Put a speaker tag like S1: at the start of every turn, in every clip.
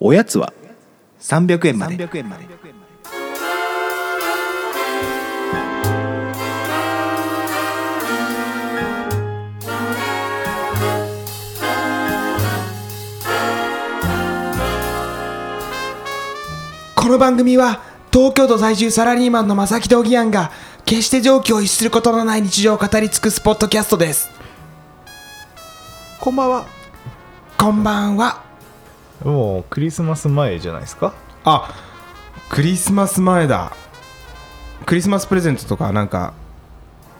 S1: おやつは
S2: 300円まで
S3: 300円まで
S4: この番組は東京都在住サラリーマンの正木とおぎやんが決して常軌を逸することのない日常を語り尽くすポッドキャストです
S5: こんばんは
S4: こんばんは
S5: もうクリスマス前じゃないですか
S4: あクリスマス前だクリスマスプレゼントとかなんか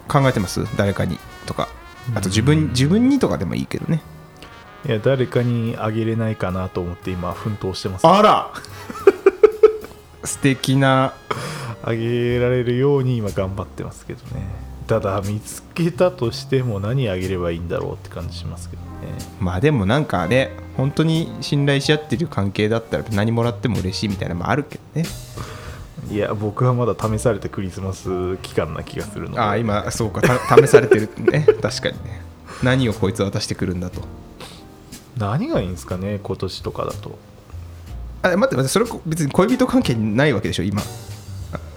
S4: 考えてます誰かにとかあと自分自分にとかでもいいけどね
S5: いや誰かにあげれないかなと思って今奮闘してますあ
S4: あら 素敵な
S5: げられるように今頑張ってますけどねただ見つけたとしても何あげればいいんだろうって感じしますけどね
S4: まあでもなんかね本当に信頼し合ってる関係だったら何もらっても嬉しいみたいなのもあるけどね
S5: いや僕はまだ試されたクリスマス期間な気がするので
S4: ああ今そうかた 試されてるね確かにね何をこいつ渡してくるんだと
S5: 何がいいんですかね今年とかだと
S4: あ待って待ってそれ別に恋人関係ないわけでしょ今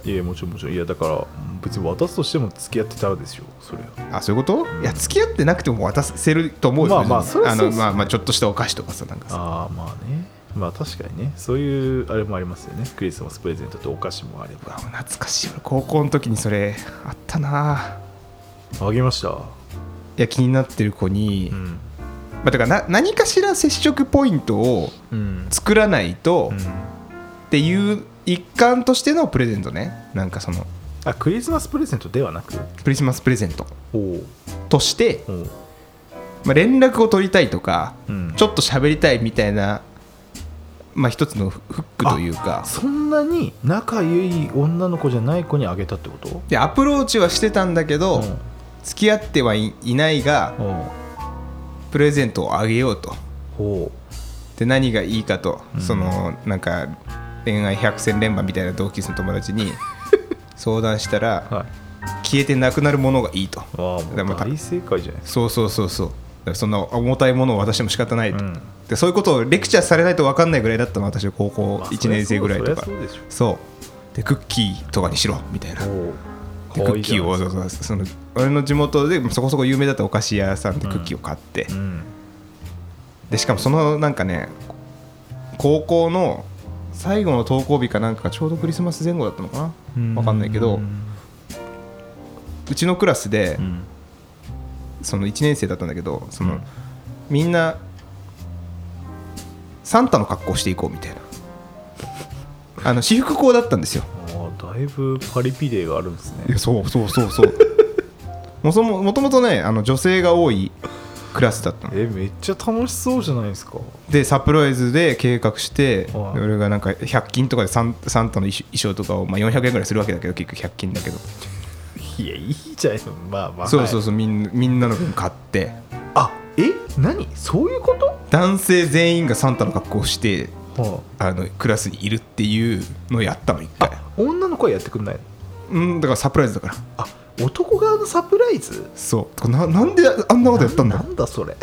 S5: いやもちろんもちろんいやだから別に渡すとしても付き合ってたらですよそれは
S4: あそういうこといや付き合ってなくても渡せると思うよ、
S5: まあまあそれはそう
S4: の
S5: そう
S4: まあまあちょっとしたお菓子とかさなんかさ
S5: ああまあねまあ確かにねそういうあれもありますよねクリスマスプレゼントってお菓子もあれ
S4: うわ
S5: ば
S4: 懐かしい俺高校の時にそれあったな
S5: あげました
S4: いや気になってる子に、
S5: うん
S4: まあ、だからな何かしら接触ポイントを
S5: うん
S4: 作らないと、
S5: うん
S4: っていう一環としてのプレゼントねなんかその
S5: あクリスマスプレゼントではなく
S4: クリスマスプレゼント
S5: おう
S4: として、
S5: おう
S4: まあ、連絡を取りたいとか、
S5: うん
S4: ちょっと喋りたいみたいな、まあ、一つのフフックというか
S5: そんなに仲いい女の子じゃない子にあげたってこと
S4: でアプローチはしてたんだけど、
S5: うん
S4: 付き合ってはいいないが
S5: おう
S4: プレゼントをあげようと
S5: ほ
S4: で何がいいかと、
S5: ん
S4: そのなんか恋愛百戦錬磨みたいな同級生の友達に相談した ら、
S5: うはい
S4: 消えてなくなるものがいいと
S5: ああも
S4: でも
S5: う
S4: た
S5: 大正解じゃないです
S4: そうそうそうそうだからそんな重たいものを渡しても仕方ないと、
S5: うん
S4: でそういうことをレクチャーされないと分かんないぐらいだったの私は高校
S5: か
S4: 1年生ぐらいとか、
S5: そりゃそうでし
S4: そうでクッキーとかにしろみたいな
S5: ょ
S4: で
S5: おう
S4: ク
S5: 可愛
S4: ッ
S5: いじ
S4: キ
S5: ゃ
S4: ー
S5: ない
S4: を
S5: です
S4: そうそうその俺の地元でそこそこ有名だったお菓子屋さんでクッキーを買って、
S5: かうん
S4: でしかもそのなんかね高校の最後の登校日かなんかがちょうどクリスマス前後だったのかな分かんないけどうちのクラスで、
S5: うん
S4: その1年生だったんだけどそうの、
S5: ん
S4: みんなサンタの格好をしていこうみたいなあの私服校だったんですよ
S5: ああだいぶパリピデーがあるんですね
S4: そうそうそうそう もそももともとねあの女性が多いクラスだったの
S5: えめっちゃ楽しそうじゃないですか
S4: でサプライズで計画して
S5: はい
S4: で俺がなんか100均とかでサンサンタの衣装とかを、まあ、400円ぐらいするわけだけど結局100均だけど、
S5: いやいいじゃないですかまあまあ
S4: そうそう
S5: はい
S4: そうみんなみんなの分買って
S5: あえ何そういうこと
S4: 男性全員がサンタの格好をして
S5: は
S4: あのクラスにいるっていうのをやったの一
S5: あ
S4: 回
S5: あ女の子はやってくんないの
S4: うんだからサプライズだから
S5: あ男側のサプライズ
S4: そうななんであんなことやったんだ
S5: な
S4: ろうん
S5: だそれ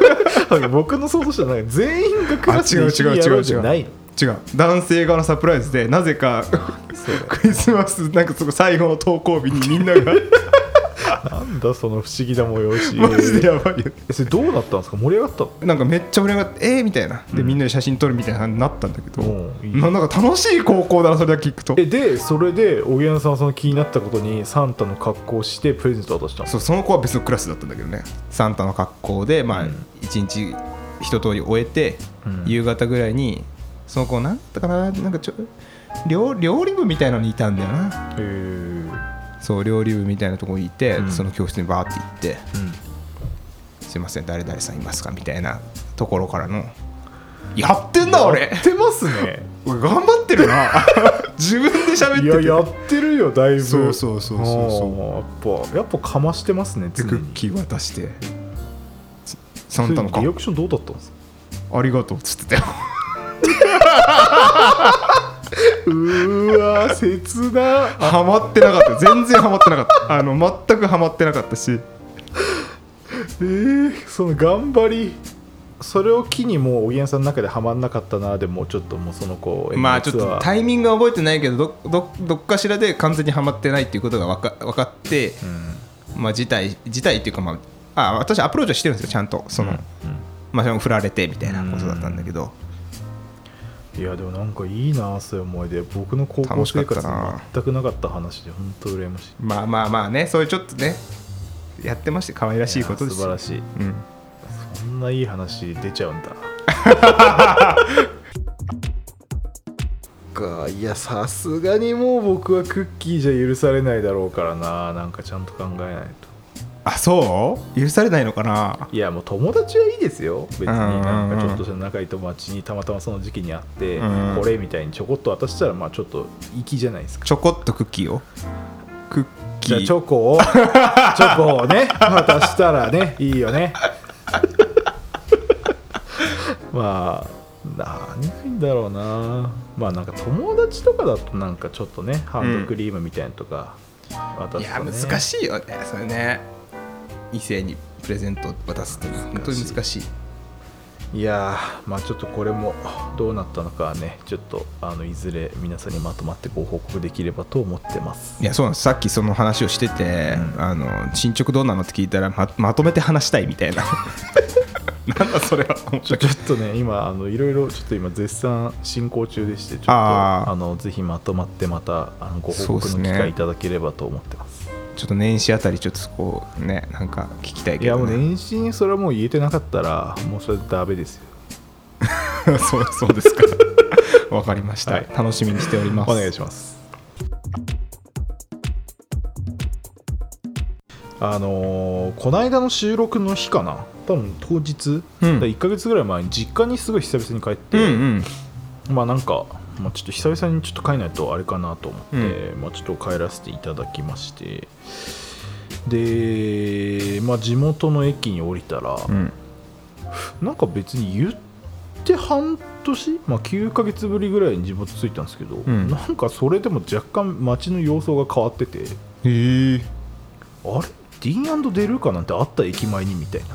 S5: 僕の想像したらなんか全員がクラス
S4: あ違う
S5: で一緒にやろ
S4: 違う違う
S5: うじゃないの
S4: 違う男性側のサプライズでなぜか
S5: それ
S4: クリスマスなんかそこ最後の登校日にみ んなが
S5: なんだその不思議な催し
S4: マジでやばいよ
S5: えそれどうなったんですか盛り上がったの
S4: なんかめっちゃ盛り上がってえー、みたいなで、
S5: うん
S4: みんなで写真撮るみたいな感じになったんだけど、
S5: うんいい
S4: ななんか楽しい高校だなそれだけ聞くと
S5: えでそれでおげんさんはその気になったことにサンタの格好をしてプレゼント渡したの
S4: そうその子は別のクラスだったんだけどねサンタの格好でまあ
S5: うん
S4: 一日一通り終えて、
S5: うん
S4: 夕方ぐらいにその子なんだったかななんかちょ料料理部みたいなのにいたんだよな
S5: へー
S4: そう料理部みたいなとこにいて、
S5: うん
S4: その教室にバーって行って
S5: う
S4: 「
S5: ん
S4: すいません誰々さんいますか?」みたいなところからの「やってんな俺!
S5: やってます ね
S4: 俺頑張ってるな 自分で喋って
S5: い
S4: る
S5: ややってるよだいぶ
S4: そうそうそうそう
S5: そうやっぱやっぱかましてますね
S4: で
S5: 常
S4: ク
S5: に
S4: ッキー渡してつサンタの
S5: リア
S4: 顔
S5: クションどうだったんですか
S4: ありがとうっつってたよ
S5: うーわ切な
S4: ハマってなかった全然ハマってなかったあの全くハマってなかったし
S5: えー、その頑張りそれを機にもうおぎやんさんの中ではまんなかったなでもうちょっともうその子
S4: まあちょっとタ
S5: イ
S4: イミングは覚えてないけどどどどっかしらで完全にはまってないっていうことが分か分かって、まあ辞退辞退っていうかまああ私アプローチはしてるんですよちゃんとその、まあその振られてみたいなことだったんだけど、
S5: いやでもなんかいいなそういう思い出僕の高校生
S4: 楽し
S5: 活
S4: かったな
S5: 全くなかった話で本当羨ましい
S4: まあまあまあねそういうちょっとねやってまして可愛らしいことです
S5: 素晴ら
S4: し
S5: しい
S4: い、うん、
S5: そんないい話出ちゃうんだ かいやさすがにもう僕はクッキーじゃ許されないだろうからななんかちゃんと考えないと
S4: あそう許されないのかない
S5: やもう友達はいいですよ別に
S4: うんうんうん
S5: なんかちょっとした仲いい友達にたまたまその時期に会って
S4: うん
S5: これみたいにちょこっと渡したらまあちょっと粋じゃないですか
S4: ちょこっとクッキーをクッキ
S5: じゃあ
S4: ー
S5: チョコ をチョコをね渡したらねいいよね まあ何がいいんだろうなまあなんか友達とかだとなんかちょっとねハンドクリームみたいなのとか渡
S4: い
S5: す
S4: や
S5: と、ね
S4: 難しいよねそれね異性にプレゼントを渡すってのは本当に難しい
S5: いやーまあちょっとこれもどうなったのかはねちょっとあのいずれ皆さんにまとまってご報告できればと思ってます
S4: いやそうなんですさっきその話をしてて、あの進捗どうなのって聞いたらままとめて話したいみた いななんだそれは
S5: ちょちょっとね今あのいろいろちょっと今絶賛進行中でしてちょっと
S4: あ
S5: あ
S4: ー
S5: のぜひまとまってまたあのご報告
S4: そう
S5: の
S4: で
S5: 機
S4: すね
S5: 会いただければと思ってます
S4: ちょっと年始あたりちょっとこうねなんか聞きたい
S5: い
S4: け
S5: や
S4: ど、
S5: もう
S4: ね、
S5: 年始にそれはもう言えてなかったらもうそれダメですよ
S4: そうそうですかわかりました、
S5: はい
S4: 楽しみにしております
S5: お願いしますあのーこの間の収録の日かな多分当日、
S4: うん
S5: 1か月ぐらい前に実家にすごい久々に帰っ
S4: うんう
S5: て、
S4: ん
S5: まあなんか、まあ、ちょっと久々にちょっと帰らないとあれかなと思って、
S4: う
S5: まあ、ちょっと帰らせていただきましてで、まあ、地元の駅に降りたら、
S4: うん
S5: なんか別に言って半年、まあ、9ヶ月ぶりぐらいに地元着いたんですけど、
S4: ん
S5: なんかそれでも若干街の様相が変わって
S4: へ
S5: て
S4: え
S5: あれディーンデルーカなんてあった駅前にみたいな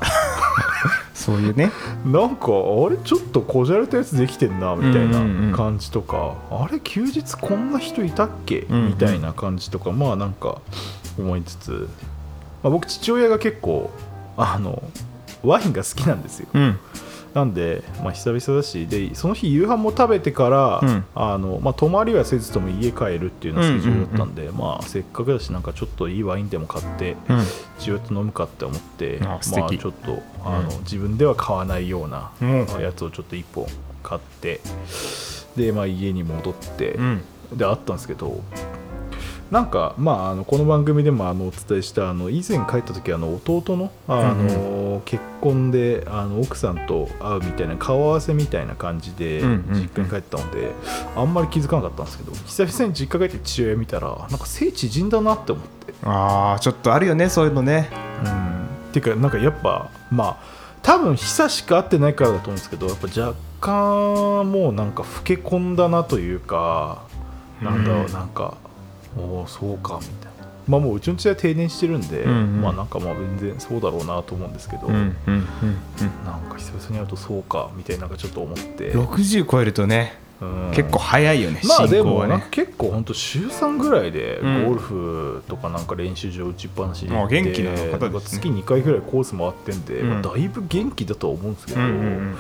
S4: そういうね
S5: なんかあれちょっとこじゃれたやつできてんなみたい
S4: うんうんうん
S5: な感じとか、あれ休日こんな人いたっけ
S4: んうん
S5: みたいな感じとかまあなんか思いつつ、まあ、僕父親が結構あのワインが好きなんですよ
S4: うん
S5: なんで、まあ、久々だしでその日夕飯も食べてから、
S4: うん
S5: あのまあ、泊まりはせずとも家帰るっていうのがスケジュールだったんで、まあ、せっかくだしなんかちょっといいワインでも買って
S4: うん
S5: 父親と飲むかって思って
S4: あ素敵
S5: まあ、ちょっとあの、自分では買わないような
S4: うん
S5: やつをちょっと1本買ってで、まあ、家に戻って、
S4: うん
S5: であったんですけどなんか、まあ、あのこの番組でもあのお伝えしたあの以前帰った時あの弟のあの、結婚であの奥さんと会うみたいな顔合わせみたいな感じで
S4: うんうんうん
S5: 実家に帰ったので、あんまり気づかなかったんですけど久々に実家帰って父親見たらなんか背縮んだなって思って。
S4: ああちょっとあるよねそういうのね
S5: うん、ていうかなんかやっぱまあ多分久しく会ってないからだと思うんですけどやっぱ若干もうなんか老け込んだなというかなんだろう、
S4: うん
S5: なんかおおそうかみたいなまあもううちの父は定年してるんで、
S4: うんうん
S5: まあなんかまあ全然そうだろうなと思うんですけど、
S4: うんうん
S5: なんか久々に会うとそうかみたいななんかちょっと思って、
S4: 60超えるとね、
S5: うん
S4: 結構早いよね、
S5: まあで
S4: 進行
S5: も
S4: は
S5: なん
S4: ね
S5: か。結構本当週3ぐらいで
S4: うん
S5: ゴルフとかなんか練習場打ちっぱなしで
S4: あ元気な方ですね
S5: なんか月2回ぐらいコース回ってんで、
S4: うん
S5: まあだいぶ元気だとは思うんですけど、
S4: うんうんうん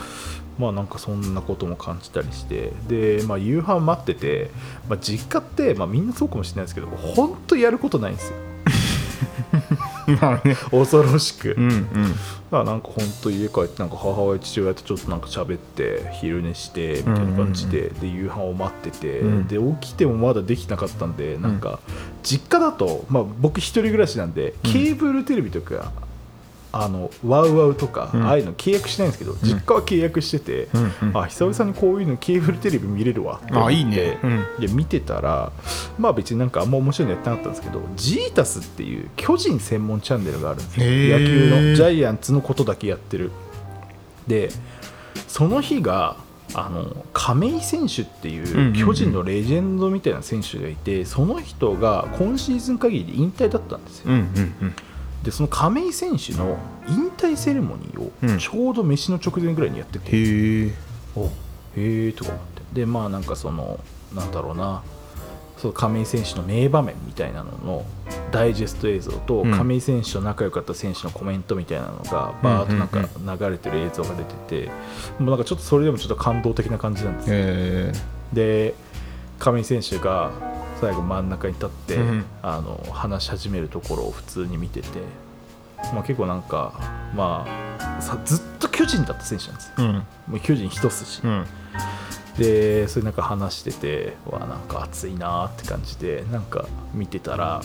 S5: まあなんかそんなことも感じたりしてで、まあ、夕飯待ってて、まあ、実家って、まあ、みんなそうかもしれないですけど本当やることないんですよ
S4: まあね。
S5: 恐ろしく、
S4: うん
S5: まあなんか本当家帰ってなんか母親父親とちょっとなんか喋って昼寝してみたいな感じで,、で夕飯を待ってて、
S4: うん
S5: で起きてもまだできなかったんでなんか実家だと、まあ、僕一人暮らしなんでケーブルテレビとか、あのワウワウとか、
S4: うん
S5: ああいうの契約しないんですけど、実家は契約してて、
S4: うんうん
S5: あ久々にこういうのケーブルテレビ見れるわって思って
S4: あいいねうん
S5: で見てたらまあ別になんかあんま面白いのやってなかったんですけどジータスっていう巨人専門チャンネルがあるんですよ、
S4: へー
S5: 野球のジャイアンツのことだけやってるでその日があの亀井選手ってい
S4: んうんう
S5: うん巨人のレジェンドみたいな選手がいて、その人が今シーズン限りで引退だったんですよ
S4: うんうんうん
S5: でその亀井選手の引退セレモニーを
S4: うん
S5: ちょうど飯の直前ぐらいにやってて、
S4: へえ
S5: おへえとか思ってでまあなんかそのなんだろうなその亀井選手の名場面みたいなののダイジェスト映像と
S4: うん
S5: 亀井選手と仲良かった選手のコメントみたいなのがバーッとなんか流れてる映像が出ててもうなんかちょっとそれでもちょっと感動的な感じなんですよ
S4: へえ
S5: で上井選手が最後真ん中に立って、
S4: うん
S5: あの話し始めるところを普通に見てて、まあ、結構なんか、まあ、さずっと巨人だった選手なんですよ
S4: うん
S5: もう巨人一筋、
S4: うん
S5: でそれなんか話しててわあなんか熱いなーって感じでなんか見てたら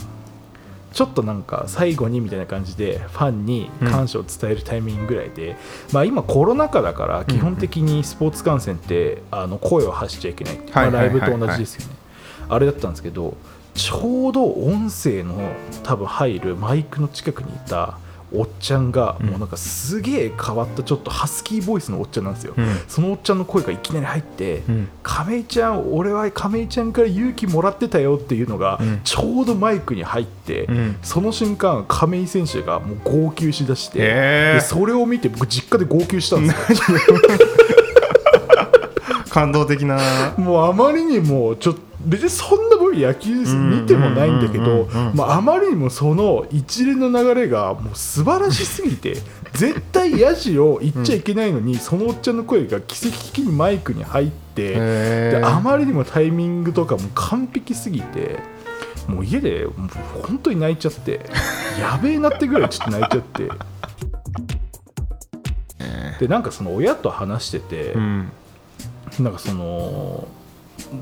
S5: ちょっとなんか最後にみたいな感じでファンに感謝を伝えるタイミングぐらいで、まあ今コロナ禍だから基本的にスポーツ観戦ってあの声を発しちゃいけないってま
S4: はい
S5: あ
S4: はいは
S5: ライ
S4: いはい
S5: ブと同じですよねあれだったんですけどちょうど音声の多分入るマイクの近くにいたおっちゃんがもうなんかすげえ変わったちょっとハスキーボイスのおっちゃんなんですよ、
S4: うん
S5: そのおっちゃんの声がいきなり入って、
S4: うん
S5: 亀井ちゃん、俺は亀井ちゃんから勇気もらってたよっていうのが、
S4: うん
S5: ちょうどマイクに入って、
S4: うん
S5: その瞬間、亀井選手がもう号泣しだして、
S4: へー
S5: でそれを見て、僕、実家で号泣したんですよ。
S4: 感動的な
S5: もうあまりにもちょっと別にそんな僕野球
S4: ん
S5: 見てもないんだけど
S4: うんうんうんうん
S5: まああまりにもその一連の流れがもう素晴らしす ぎて絶対ヤジを言っちゃいけないのに、そのおっちゃんの声が奇跡的にマイクに入って、
S4: へ
S5: で
S4: ー
S5: あまりにもタイミングとかも完璧すぎてもう家でもう本当に泣いちゃって やべえなってぐらいちょっと泣いちゃってでなんかその親と話してて、
S4: うん
S5: なんかその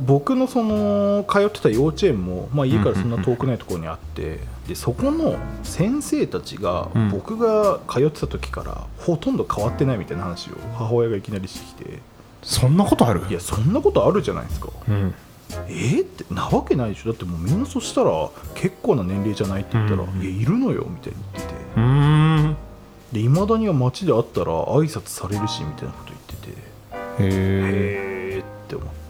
S5: 僕のその通ってた幼稚園も、まあ、家からそんな遠くないところにあって、でそこの先生たちが
S4: うん
S5: 僕が通ってた時からほとんど変わってないみたいな話を母親がいきなりしてきて
S4: そんなことある
S5: いやそんなことあるじゃないですか
S4: うん
S5: えー、ってなわけないでしょだってもうみんなそしたら結構な年齢じゃないって言ったら、
S4: うん
S5: いやいるのよみたいに言ってて
S4: うーん
S5: でいまだには街で会ったら挨拶されるしみたいなこと言ってて
S4: へえ
S5: へーって思って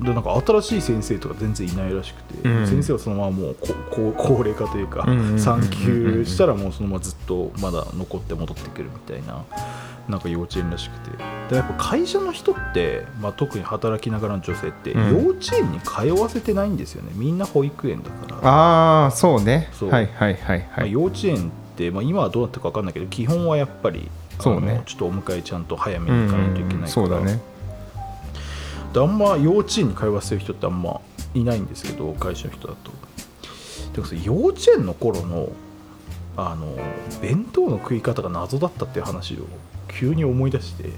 S5: でなんか新しい先生とか全然いないらしく
S4: う
S5: て、
S4: ん
S5: 先生はそのままもうここ高齢化というか
S4: うんうんうんうん
S5: 産休したらもうそのままずっとまだ残って戻ってくるみたいななんか幼稚園らしくてでやっぱ会社の人って、まあ、特に働きながらの女性って
S4: うん
S5: 幼稚園に通わせてないんですよねみんな保育園だから、ま
S4: ああそうね
S5: そう
S4: はいはいはい
S5: あ
S4: はい
S5: 幼稚園って、まあ、今はどうなったか分かんないけど基本はやっぱりあの
S4: そうね
S5: ちょっとお迎えちゃんと早め
S4: う
S5: に
S4: ん
S5: 行かないとい
S4: う
S5: けなんいか
S4: そ
S5: ら、
S4: うだね
S5: であんま幼稚園に通わせる人ってあんまいないんですけど会社の人だとでもそれ幼稚園の頃のあの弁当の食い方が謎だったっていう話を急に思い出して、
S4: ね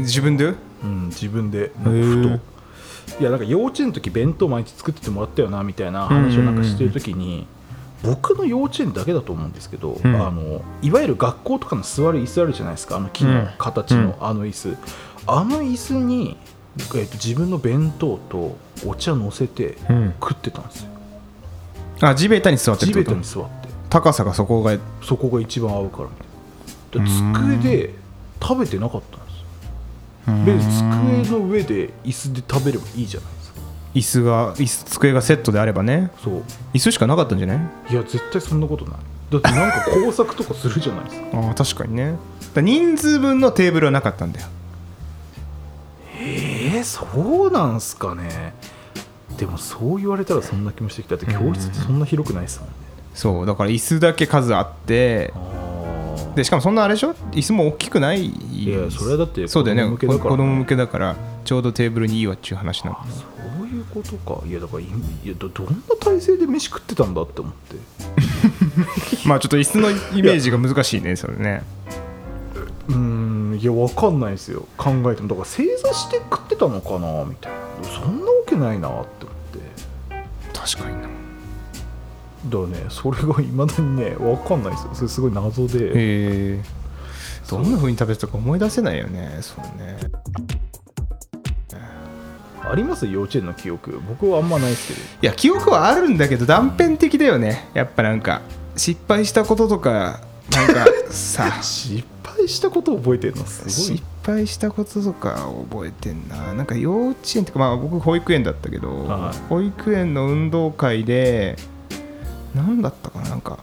S4: 自分で
S5: うん、自分
S4: へ
S5: で
S4: ー
S5: ふといやなんか幼稚園の時弁当毎日作っててもらったよなみたいな話をなんかしてる時に、僕の幼稚園だけだと思うんですけど、
S4: ん
S5: あのいわゆる学校とかの座る椅子あるじゃないですかあの木の形のあの椅子、あの椅子に、えっと、自分の弁当とお茶乗せて
S4: うん
S5: 食ってたんですよ、
S4: あ地べたに座ってる
S5: 地
S4: っ
S5: べ
S4: て
S5: た
S4: こ
S5: に
S4: と
S5: 座って
S4: 高さがそこが
S5: そこが一番合うからみたいなで机で食べてなかったんですよで机の上で椅子で食べればいいじゃないですか
S4: 椅子が椅子机がセットであればね
S5: そう
S4: 椅子しかなかったんじゃない
S5: いや絶対そんなことないだってなんか工作とかするじゃないですか
S4: ああ確かにねだ人数分のテーブルはなかったんだよ
S5: えー、そうなんすかねでもそう言われたらそんな気もしてきただって教室ってそんな広くないっすもんね
S4: そうだから椅子だけ数あって
S5: あ
S4: でしかもそんなあれでしょ椅子も大きくないい
S5: やそれはだって
S4: そうだよね
S5: 子供向けだから
S4: 子供向けだからちょうどテーブルにいいわっちゅう話なんだ
S5: あそういうことかいやだからいいやどどんな体勢で飯食ってたんだって思って
S4: まあちょっと椅子のイメージが難しいねそれね
S5: うーんいやわかんないですよ考えてもだから正座して食ってたのかなみたいなそんなわけないなって思って
S4: 確かにな
S5: だからねそれがいまだにねわかんないですよそれすごい謎で
S4: へえどんな風に食べてたか思い出せないよねそうね
S5: あります幼稚園の記憶僕はあんまないですけど
S4: いや記憶はあるんだけど断片的だよねやっぱなんか失敗したこととかなん かさ
S5: 失敗したことを覚えてるのすごい
S4: 失敗したこととか覚えてんななんか幼稚園とかまあ僕保育園だったけど、
S5: はい
S4: 保育園の運動会で何だったかななんか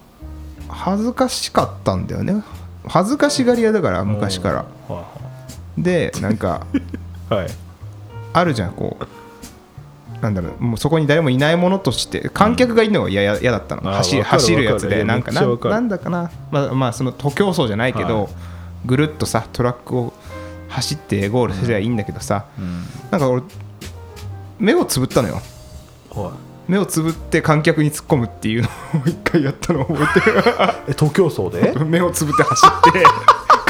S4: 恥ずかしかったんだよね恥ずかしがり屋だから昔から
S5: は
S4: でなんか
S5: いはい
S4: あるじゃんこうなんだろうもうそこに誰もいないものとして観客がいるのが嫌ややだったの、
S5: あー
S4: 走
S5: わかる
S4: 走るやつ
S5: わか
S4: で
S5: る
S4: なんか
S5: めっ
S4: な
S5: ちゃわかる
S4: なんだかなまあまあその徒競走じゃないけど、
S5: はい
S4: ぐるっとさトラックを走ってゴールすればいいんだけどさ、
S5: うん
S4: なんか俺目をつぶったのよ
S5: は
S4: 目をつぶって観客に突っ込むっていうのを一回やったのを覚えて
S5: いえ東京 層で
S4: 目をつぶって走 って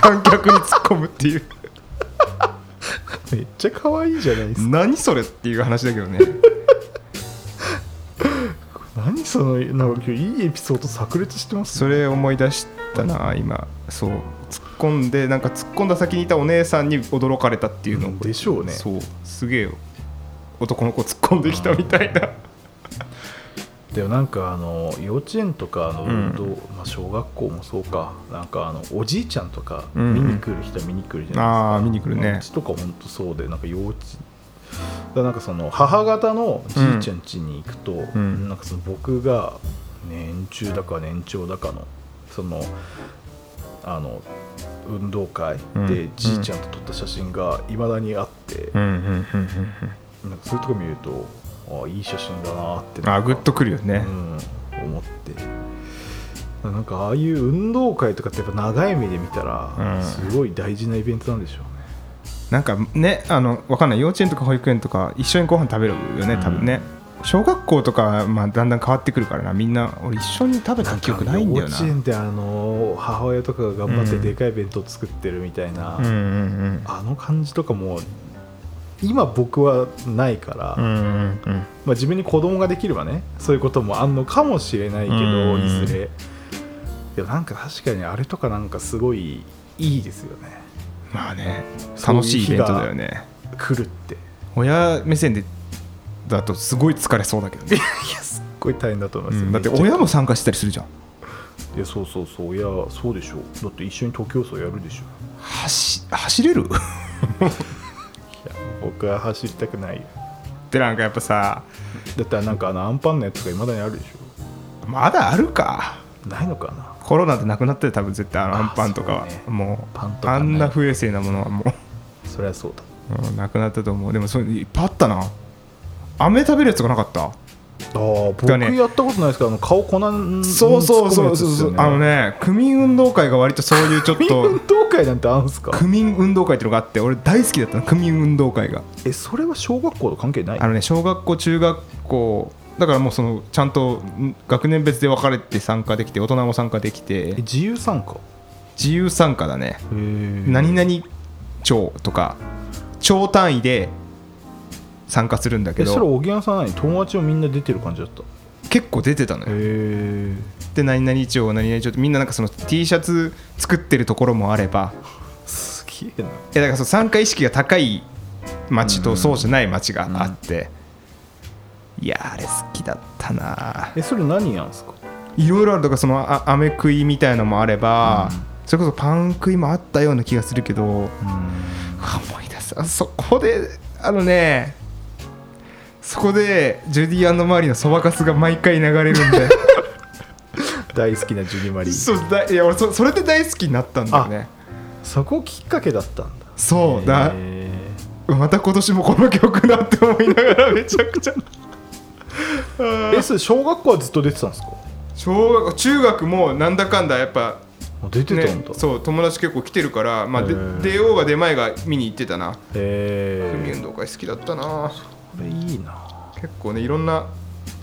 S4: 観客に突っ込むっていう
S5: めっちゃ可愛いじゃないですか
S4: 何それっていう話だけどね
S5: 何そのなんか今日いいエピソード炸裂してますね
S4: それ思い出したな今そう突っ込んでなんか突っ込んだ先にいたお姉さんに驚かれたっていうのを
S5: うんでしょうね
S4: そうすげえよ男の子突っ込んできたみたいな
S5: でもなんかあの幼稚園とかあの
S4: うん
S5: どうまあ、小学校もそうかなんかあのおじいちゃんとか
S4: うんうん
S5: 見に来る人は見に来るじゃないですか、
S4: ああー見に来る
S5: まあ
S4: ね
S5: うちとか本当そうでなんか幼稚だからなんかその母方のじいちゃん家に行くと、
S4: ん
S5: なんかその僕が年中だか年長だかのそのあの運動会
S4: うん
S5: でじいちゃんと撮った写真がいまだにあって、
S4: うんうんうん
S5: なんかそういうとこ見るとああいい写真だなって
S4: うんあーグッとくるよね
S5: うん、思ってなんかああいう運動会とかってやっぱ長い目で見た
S4: う
S5: ら
S4: ん
S5: すごい大事なイベントなんでしょうね、
S4: なんかねあのわかんない幼稚園とか保育園とか一緒にご飯食べるよね多分ね小学校とか、まあ、だんだん変わってくるからなみんな俺一緒に食べた記憶ないんだよな
S5: 幼稚園であの母親とかが頑張って
S4: うん
S5: でかい弁当作ってるみたいな、
S4: うんうん
S5: あの感じとかも今僕はないから、
S4: うんうんうんうん
S5: まあ、自分に子供ができればねそういうこともあんのかもしれないけど、
S4: うん
S5: いずれでもなんか確かにあれとかなんかすごいいいですよね
S4: まあね
S5: そういう
S4: 楽しいイベントだよね
S5: 来るって
S4: 親目線でだとすごい疲れそうだけど ね、
S5: いやすっごい大変だと思いますよ、
S4: だって
S5: めちゃくちゃ
S4: 親も参加したりするじゃん
S5: いやそうそうそういやそうでしょうだって一緒に東京層やるでしょ
S4: 走走れる っ
S5: いや僕は走りたくないよ
S4: てなんかやっぱさ
S5: だったらなんかあのアンパンのやつがいまだにあるでし
S4: まだあるか
S5: ょないのかな
S4: コロナでなくなって多分絶対あの
S5: あ
S4: アンパンとかは
S5: そうね
S4: もう
S5: パンと
S4: あ
S5: かね
S4: んな不衛生なものはも
S5: そりゃそうだ
S4: う うんなくなったと思うでもそういうのいっぱいあったな飴食べるやつがなかった
S5: ああ僕
S4: だね
S5: やったことないですけどあの顔粉に突っ込むやつですよね
S4: あのね区民運動会が割とそういうちょっ
S5: 国民
S4: と
S5: 運動会なんてあるんす か
S4: 区民運動会っていうのがあって俺大好きだったの区民運動会が
S5: えそれは小学校と関係ない
S4: あのね小学校中学校だからもうそのちゃんとん学年別で分かれて参加できて大人も参加でき
S5: え
S4: て
S5: 自由参加へ
S4: 自由参加だね、
S5: え
S4: 何々町とか町単位で参加するんだけ
S5: えそれ
S4: ど
S5: 小木屋さんは何友達もみんな出てる感じだったへ
S4: 結構出てたのよ
S5: え
S4: で何々町何々町ってみんななんかその T シャツ作ってるところもあれば
S5: すげえない
S4: やだからその参加意識が高い町とそうじゃない町があって、いやーあれ好きだったな
S5: えそれ何やんすか
S4: いろいろあるとかそのあ飴食いみたいのもあれば、それこそパン食いもあったような気がするけど、思い出すあそこであのねそこでジュディマリーのそばかすが毎回流れるんで
S5: 大好きなジュニマリー
S4: そうだいや俺そそれで大好きになったんだよね
S5: そこきっかけだったんだ
S4: そうだ
S5: へ
S4: また今年もこの曲だって思いながらめちゃくちゃあ
S5: え
S4: ー
S5: えそれ小学校はずっと出てたんですか
S4: 小学中学もなんだかんだやっぱ
S5: あ出てたん
S4: ね
S5: だ、、
S4: そう友達結構来てるから、まあ、で
S5: へー
S4: 出ようが出まいが見に行ってたな
S5: へ
S4: 組
S5: え
S4: 運動会好きだったな
S5: これいいな
S4: 結構ねいろんな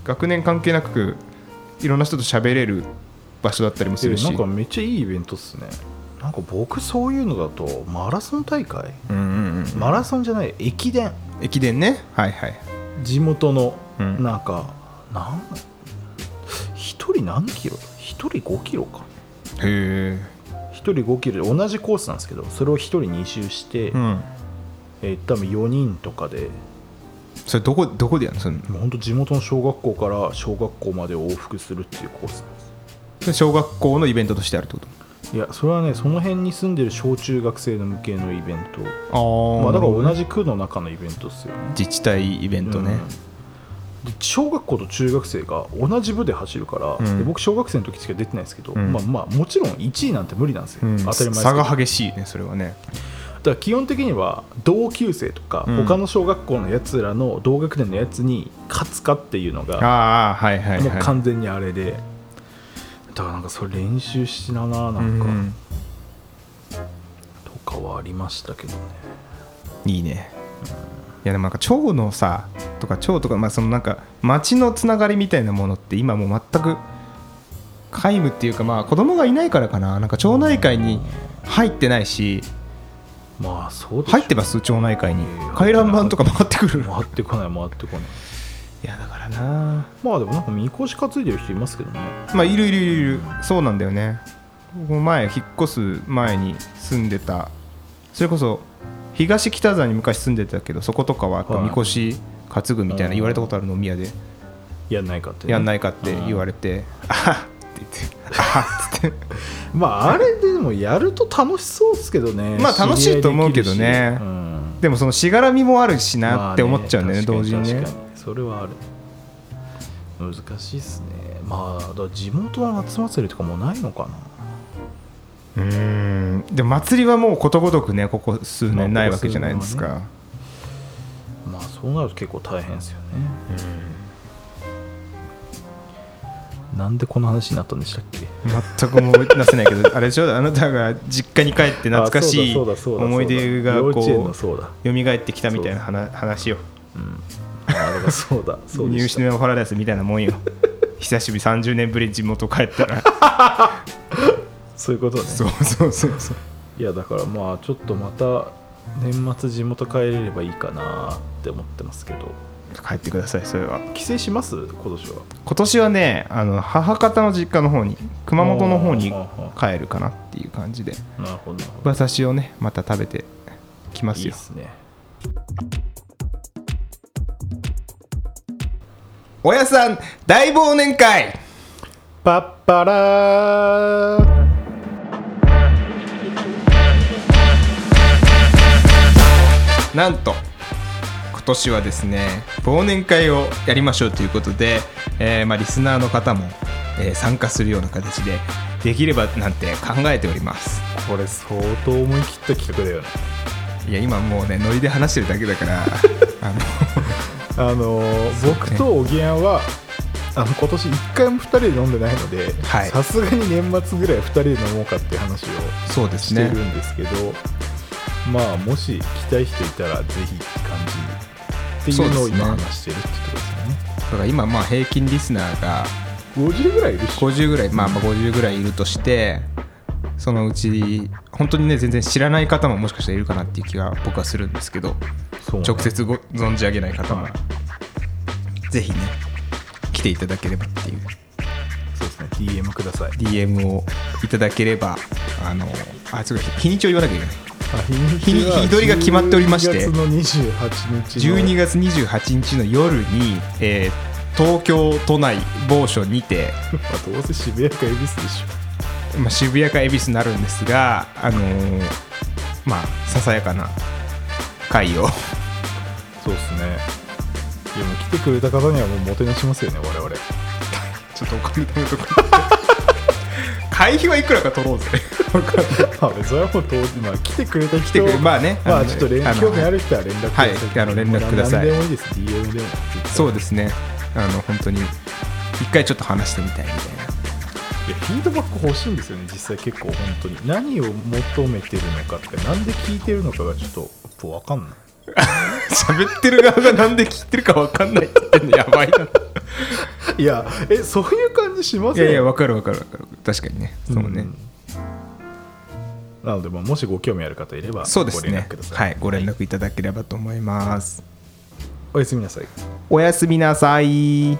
S4: 学年関係なくいろんな人と喋れる場所だったりもする
S5: え
S4: し
S5: なんかめっちゃいいイベントっすねなんか僕そういうのだとマラソン大会
S4: うんうんうん
S5: マラソンじゃない駅伝
S4: 駅伝ねはいはい
S5: 地元の
S4: うん
S5: なんか、なん一人何キロ一人5キロか
S4: へえ
S5: 一人5キロで同じコースなんですけどそれを一人2周して、
S4: うん
S5: えー多分4人とかで
S4: それどこどこでやるのその
S5: もうほんと地元の小学校から小学校まで往復するっていうコースなんです
S4: それ小学校のイベントとしてあるってこと
S5: いやそれはねその辺に住んでる小中学生の向けのイベン
S4: あ
S5: ト
S4: あ
S5: まあだから同じ区の中のイベントっすよね
S4: 自治体イベントね、
S5: うんで小学校と中学生が同じ部で走るから、
S4: うん
S5: で僕小学生の時しか出てないですけど、
S4: うん
S5: まあまあもちろん1位なんて無理なんですよ、
S4: うん
S5: 当たり前ですけ
S4: 差
S5: ど
S4: が激しいねそれはね
S5: だから基本的には同級生とか、
S4: うん
S5: 他の小学校のやつらの同学年のやつに勝つかっていうのが
S4: ああはいはい
S5: もう
S4: はい
S5: 完全にあれでだからなんかそれ練習しなななんか、
S4: うん
S5: とかはありましたけどね
S4: いいねいやでもなんか腸のさとか腸とかまあそのなんか町のつながりみたいなものって今もう全く皆無っていうかまあ子供がいないからかななんか町内会に入ってないし
S5: まあそうでしょ
S4: 入ってます町内会に
S5: いやいや
S4: 回覧板とか回ってくる
S5: 回ってこない回ってこない
S4: いやだからな
S5: まあでもなんかみこし担いでる人いますけどね
S4: まあいるいるいるいるそうなんだよね僕も前引っ越す前に住んでたそれこそ東北沢に昔住んでたけどそことかはやっぱみこし担ぐみたいな言われたことある飲み屋で
S5: やんないかってね、
S4: やんないかって言われて 「あはっ」って言って「あはっ」つって
S5: まああれでもやると楽しそうですけど ね
S4: まあ楽しいと思うけどね
S5: 知り合いできるしうん
S4: でもそのしがらみもあるしなって思っちゃうんだよね
S5: まあ
S4: 同時にね
S5: 確かにそれはある難しいっすねまあだから地元の夏祭りとかもうないのか
S4: うーんでも祭りはもうことごとくねここ数
S5: まあ
S4: 年ないわけじゃないです
S5: ここ
S4: か
S5: なまあそうなると結構大変ですよねなんでこの話になったんでしたっけ
S4: 全く思い出せないけどあれでしょあな たが実家に帰って懐かしい
S5: あそうだそうだそうだ
S4: 思い出が
S5: 幼稚園
S4: こ
S5: の
S4: う
S5: そうだ
S4: 蘇ってきたみたいな話話よ
S5: うんあだからそうだそう
S4: ニュー
S5: でし
S4: シネ
S5: た
S4: マ・パラダイスみたいな もんよ久しぶり30年ぶりに地元帰ったら
S5: そういうことね
S4: そうそうそうそう
S5: いやだからまあちょっとまた年末地元帰れればいいかなって思ってますけど
S4: 帰ってくださいそれは
S5: 帰省します今年は
S4: 今年はねあの母方の実家の方に熊本の方に
S5: あー
S4: 帰るかなっていう感じで
S5: なるほどなるほど
S4: 馬刺しをねまた食べてきま
S5: い
S4: す
S5: いで
S4: よ
S5: すね
S4: おやさん大忘年会
S5: パッパラー
S4: なんと今年はですね忘年会をやりましょうということで、えーまあ、リスナーの方も、えー参加するような形でできればなんて考えております
S5: これ相当思い切った企画だよね
S4: いや今もうねノリで話してるだけだから あの
S5: あのー僕とおぎやんはあの今年1回も2人で飲んでないので
S4: はい
S5: さすがに年末ぐらい2人で飲もうかっていう話を
S4: そうで
S5: してるんですけど、まあもし来たい人いたらぜひ感じっていうのを今
S4: そうですね
S5: 話してるってことですよね
S4: だから今まあ平均リスナーが
S5: 50ぐらいいるっしょ
S4: 50ぐらいまあまあ50ぐらいいるとしてそのうち本当にね全然知らない方ももしかしたらいるかなっていう気が僕はするんですけど
S5: そうね
S4: 直接ご存じ上げない方もぜひね来ていただければっていう
S5: そうですね DM ください
S4: DM をいただければあのあそうか日にちを言わなきゃいけない
S5: あ日にちは
S4: 日に日取りが決まっておりまして
S5: 12月の28日の
S4: 12月28日の夜に、えー東京都内某所にて、
S5: まあ、どうせ渋谷か恵比寿でしょ
S4: まあ、渋谷か恵比寿になるんですがあのーまあささやかな会を
S5: そうですねいやもう来てくれた方にはもうもてなしますよね我 々
S4: ちょっとお金貯めとか会費はいくらか取ろうぜわかんない
S5: まあ別にはもう当時、まあ、来てくれた人
S4: 来てくれまあね
S5: ま
S4: あ
S5: あ
S4: の
S5: ちょっと連
S4: あの
S5: 興味ある人は連絡ください、
S4: はいあの連絡ください
S5: もう何でもいいです DM でも
S4: そうですすねあの本当に一回ちょっと話してみたいみたい
S5: いやフィードバック欲しいんですよね実際結構本当に何を求めてるのかってなんで聞いてるのかがちょっとやっぱ分かんない
S4: な喋ってる側がなんで聞いてるかわかんないって言ってんのやばいな
S5: いやえそういう感じしま
S4: い
S5: せん
S4: やいやわかるわかるわかる確かにねそうね、
S5: んなので、まあ、もしご興味ある方いれば
S4: そうです
S5: ご連絡
S4: ね
S5: くださ、
S4: はいいご連絡いただければと思います、
S5: おやすみなさい
S4: おやすみなさい